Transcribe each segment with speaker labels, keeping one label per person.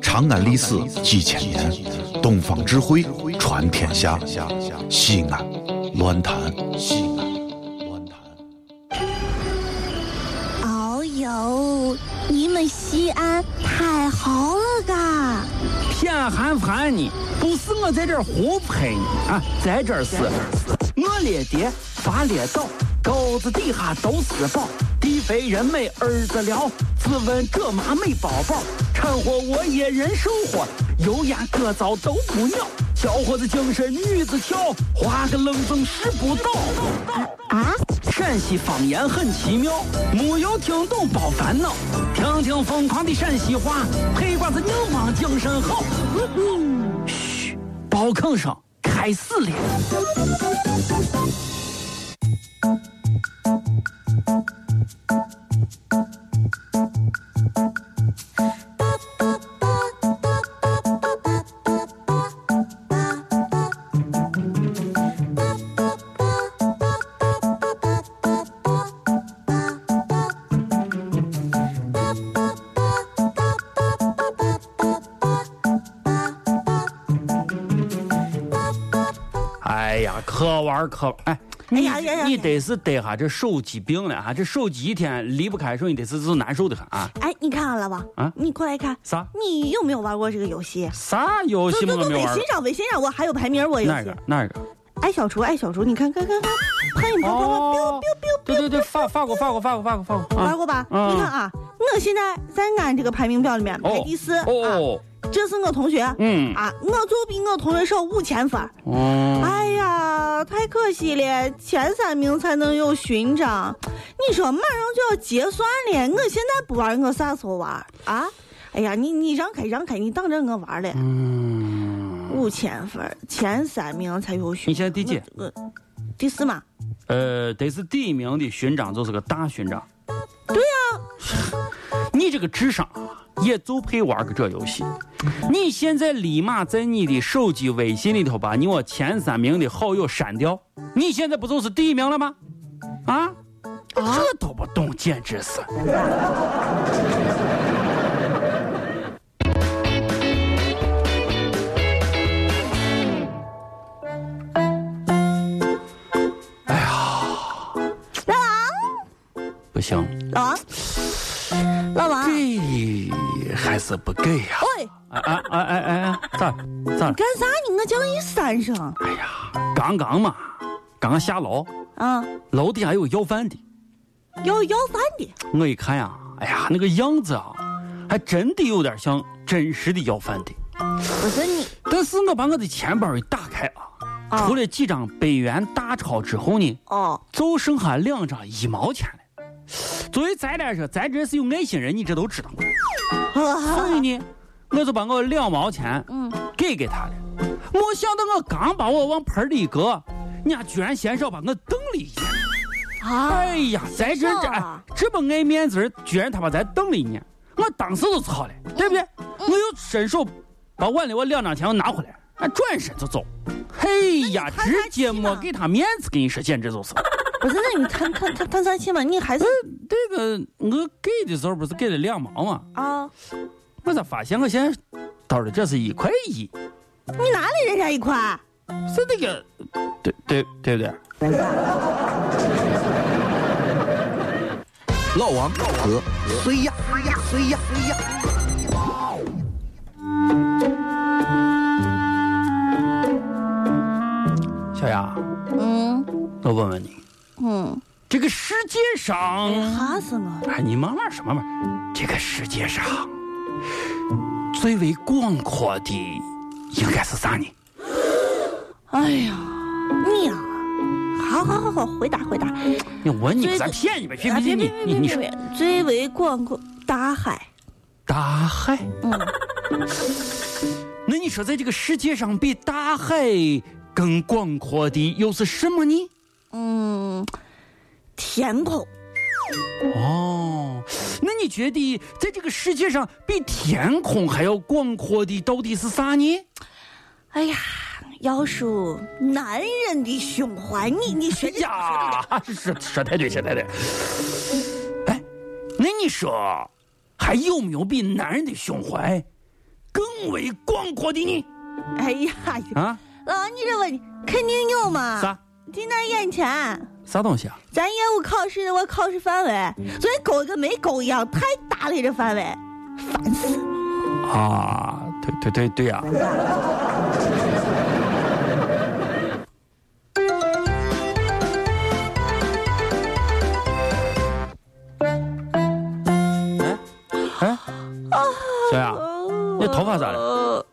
Speaker 1: 长安历史几千年，东方智慧传天下。西安，乱谈西安，乱谈。
Speaker 2: 哦呦，你们西安太好了嘎！
Speaker 3: 偏寒寒你，不是我在这儿胡喷你啊，在这儿是，我列爹爸列倒，沟子底下都是宝，地肥人美儿子了，自问这妈没宝宝，掺和我也人生活，油盐各糟都不尿，小伙子精神女子俏，花个愣风使不倒。
Speaker 2: 啊，
Speaker 3: 陕西方言很奇妙，没有听懂别烦恼，听听疯狂的陕西话，黑瓜子硬邦精神好。嘘，包吭声开始了。哎呀，可玩儿可哎。
Speaker 2: 哎
Speaker 3: 你
Speaker 2: 呀哎呀哎呀
Speaker 3: 你得是得哈这手机病了啊哈，这手机一天离不开手，你得是就难受的很啊。
Speaker 2: 哎，你看了吧？
Speaker 3: 啊
Speaker 2: 你过来看，
Speaker 3: 啥
Speaker 2: 你有没有玩过这个游戏？
Speaker 3: 啥游戏
Speaker 2: 走
Speaker 3: 我
Speaker 2: 走走，
Speaker 3: 没
Speaker 2: 微
Speaker 3: 玩儿
Speaker 2: 信？上，微信上我还有排名，我游
Speaker 3: 哪
Speaker 2: 戏
Speaker 3: 个。哪啊个？
Speaker 2: 爱小厨，哎爱小厨，你看看看看，看一看看看，biu
Speaker 3: 哦
Speaker 2: biu，
Speaker 3: 对对对，法法国法国法国法国法国
Speaker 2: biu，
Speaker 3: 啊
Speaker 2: 玩过吧？
Speaker 3: 啊
Speaker 2: 你看啊，我现在在俺这个排名表里面排
Speaker 3: 哦
Speaker 2: 第四啊，
Speaker 3: 哦，
Speaker 2: 这是我同学。
Speaker 3: 嗯
Speaker 2: 啊，我就比我同学少五千分儿，
Speaker 3: 哦，
Speaker 2: 哎呀，太可惜了，前三名才能有勋章。你说马上就要结算了，我现在不玩，我啥时候玩啊？哎呀，你你让开让开，你当着我玩嘞。
Speaker 3: 嗯，
Speaker 2: 五千分儿，前三名才有勋章。
Speaker 3: 你现在第几
Speaker 2: 我？我呃第四嘛。
Speaker 3: 呃，得是第一名的勋章就是个大勋章。
Speaker 2: 对呀、
Speaker 3: 你这个智商啊也就配玩个这游戏。你现在立马在你的手机微信里头把你我前三名的好友删掉，你现在不就是第一名了吗？啊，这都不懂，简直是！不行，
Speaker 2: 老王，老王，你
Speaker 3: 给还是不给呀、
Speaker 2: 喂
Speaker 3: 啊？哎哎哎哎哎，咋了咋了？
Speaker 2: 干啥呢？我叫你三声
Speaker 3: 哎呀，刚刚嘛，刚刚下楼，
Speaker 2: 啊，
Speaker 3: 楼底下有要饭的。
Speaker 2: 要要饭的。
Speaker 3: 我一看呀、哎呀，那个样子啊，还真的有点像真实的要饭的。
Speaker 2: 不是你
Speaker 3: 但是我把我的钱包一打开啊，
Speaker 2: 啊
Speaker 3: 除了几张百元大钞之后呢，
Speaker 2: 哦，
Speaker 3: 就剩下两张一毛钱了。作为咱来说，咱这是有爱心人，你这都知道。所以呢，我就把我两毛钱
Speaker 2: 啊嗯
Speaker 3: 给给他了。没想到我刚把我往盆里一搁，人家居然嫌少把我瞪了一眼。
Speaker 2: 啊，
Speaker 3: 哎呀，咱这这哎这么爱面子人，居然他把咱瞪了一眼，我当时就操了，
Speaker 2: 嗯
Speaker 3: 对不对？我又伸手把碗里我两张钱我拿回来，俺转身就走。嘿呀，
Speaker 2: 那你看
Speaker 3: 直接
Speaker 2: 他气吗
Speaker 3: 没给他面子，跟你说，简直就是。
Speaker 2: 不是，那你叹叹叹叹啥气嘛？你还是
Speaker 3: 这个我给的时候不是给了两毛吗？
Speaker 2: 啊，
Speaker 3: 我咋发现我现在兜里这是一块一？
Speaker 2: 你拿了人家一块，
Speaker 3: 是那个，对对对不对？
Speaker 4: 老王和谁呀？谁呀？谁呀？
Speaker 3: 小雅，
Speaker 2: 嗯
Speaker 3: 我问问你，
Speaker 2: 嗯，哎
Speaker 3: 这个世界上，
Speaker 2: 吓死我了。
Speaker 3: 哎，你慢慢说，慢慢。这个世界上最为广阔的应该是啥呢？
Speaker 2: 哎呀，你啊，好好好好，回答回答。
Speaker 3: 你问你
Speaker 2: 最，
Speaker 3: 咱骗你呗，骗
Speaker 2: 啊
Speaker 3: 骗你
Speaker 2: 别
Speaker 3: 你
Speaker 2: 别
Speaker 3: 你
Speaker 2: 别
Speaker 3: 说
Speaker 2: 别，最为广阔大海。
Speaker 3: 大海，
Speaker 2: 嗯，
Speaker 3: 那你说在这个世界上比大海更广阔的又是什么呢？
Speaker 2: 嗯，天空。
Speaker 3: 哦，那你觉得在这个世界上比天空还要广阔的到底是啥呢？
Speaker 2: 哎呀，要数男人的胸怀，你你学这
Speaker 3: 哎呀，说说太对，说太对。哎，那你说，还有没有比男人的胸怀更为广阔的你
Speaker 2: 哎呀，
Speaker 3: 啊！
Speaker 2: 老王，你这问题肯定有嘛？
Speaker 3: 啥？
Speaker 2: 近在眼前，
Speaker 3: 啥东西啊？
Speaker 2: 咱业务考试的我考试范围，昨天勾跟没勾一样，太大了这范围，烦死！
Speaker 3: 啊，对对对对呀、哎哎，小雅，你头发咋了？
Speaker 2: 呃，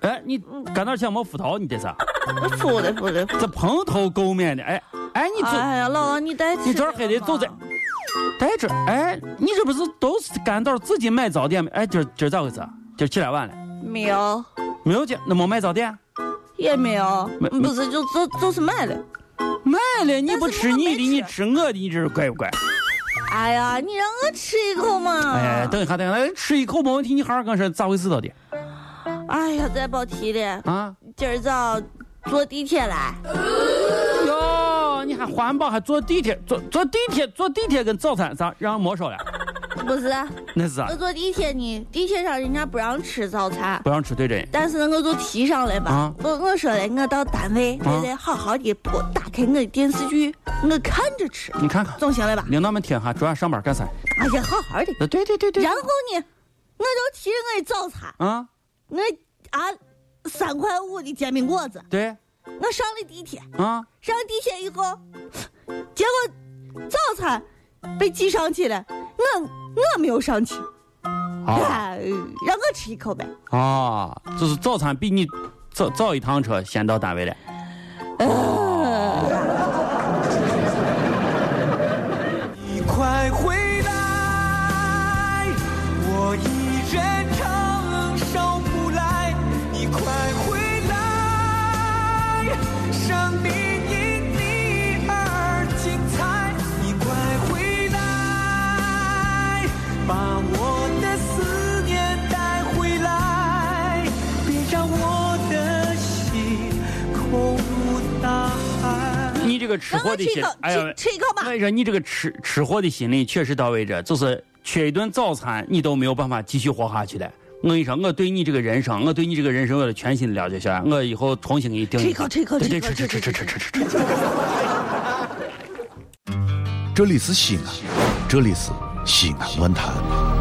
Speaker 3: 哎，你干那像没斧头？你这
Speaker 2: 嗯
Speaker 3: 是
Speaker 2: 服的服的。
Speaker 3: 这蓬头垢面的？哎哎，你这
Speaker 2: 哎呀，老王，你带
Speaker 3: 你这儿黑的就在在这儿？哎，你这不是都是干到自己买早点吗？哎，今儿今儿咋回事？今儿起来晚了。
Speaker 2: 没有，
Speaker 3: 没有姐，那没买早啊点？
Speaker 2: 也没有，
Speaker 3: 没没
Speaker 2: 不是就就就是买了。
Speaker 3: 买了，你
Speaker 2: 但
Speaker 3: 不
Speaker 2: 是
Speaker 3: 吃
Speaker 2: 我
Speaker 3: 你
Speaker 2: 没
Speaker 3: 的，你
Speaker 2: 吃
Speaker 3: 吃我的，你这是怪不怪？
Speaker 2: 哎呀，你让我吃一口嘛！
Speaker 3: 哎呀，等一下，等一下，哎吃一口没问题，你好好跟我说咋回事到底
Speaker 2: 哎呀，再别提了，
Speaker 3: 啊？
Speaker 2: 今儿早坐地铁来。
Speaker 3: 哟，你还环保，还坐地铁，坐坐地铁，坐地铁跟早餐啥让人没收了？
Speaker 2: 不是，
Speaker 3: 那是啥啊
Speaker 2: 我？坐地铁呢，地铁上人家不让吃早餐，
Speaker 3: 不让吃对人。
Speaker 2: 但是呢，我就提上来吧
Speaker 3: 啊。
Speaker 2: 我我说了，我到单位
Speaker 3: 啊
Speaker 2: 我得好好的播打开我的电视剧，我看着吃，
Speaker 3: 你看看，
Speaker 2: 总行了吧？
Speaker 3: 领导们听哈，主要上班干啥？
Speaker 2: 哎呀，好好的。
Speaker 3: 那呃对对对对
Speaker 2: 然，后呢，我就提着我的早餐，
Speaker 3: 啊，
Speaker 2: 我啊三块五的煎饼果子，
Speaker 3: 对
Speaker 2: 我上了地铁，
Speaker 3: 啊，
Speaker 2: 上地铁以后，结果早餐被记上去了，我我没有上去，
Speaker 3: 啊
Speaker 2: 哎让我吃一口呗。
Speaker 3: 啊，就是早餐比你早早一趟车先到单位了。
Speaker 5: 快回来，我一人承受不来。你快回来，生命因你而精彩。你快回来，把我的思念带回来，别让我的心空如大海。
Speaker 3: 你这个吃
Speaker 2: 让
Speaker 3: 货
Speaker 2: 我
Speaker 3: 的
Speaker 2: 吃一
Speaker 3: 心
Speaker 2: 口，，
Speaker 3: 哎呀
Speaker 2: 吃，吃一口吧。
Speaker 3: 那人你这个吃吃货的心理确实到位着，就是缺一顿早餐，你都没有办法继续活下去了。我跟你说，我对你这个人生，我对你这个人生有了全新的了解，小杨，我以后重新给你定义。
Speaker 2: 吃一口吃一口
Speaker 3: 对对，
Speaker 2: 吃一
Speaker 3: 吃
Speaker 2: 口
Speaker 3: 吃吃吃吃吃吃吃。
Speaker 1: 这里是西安，这里是西安论坛。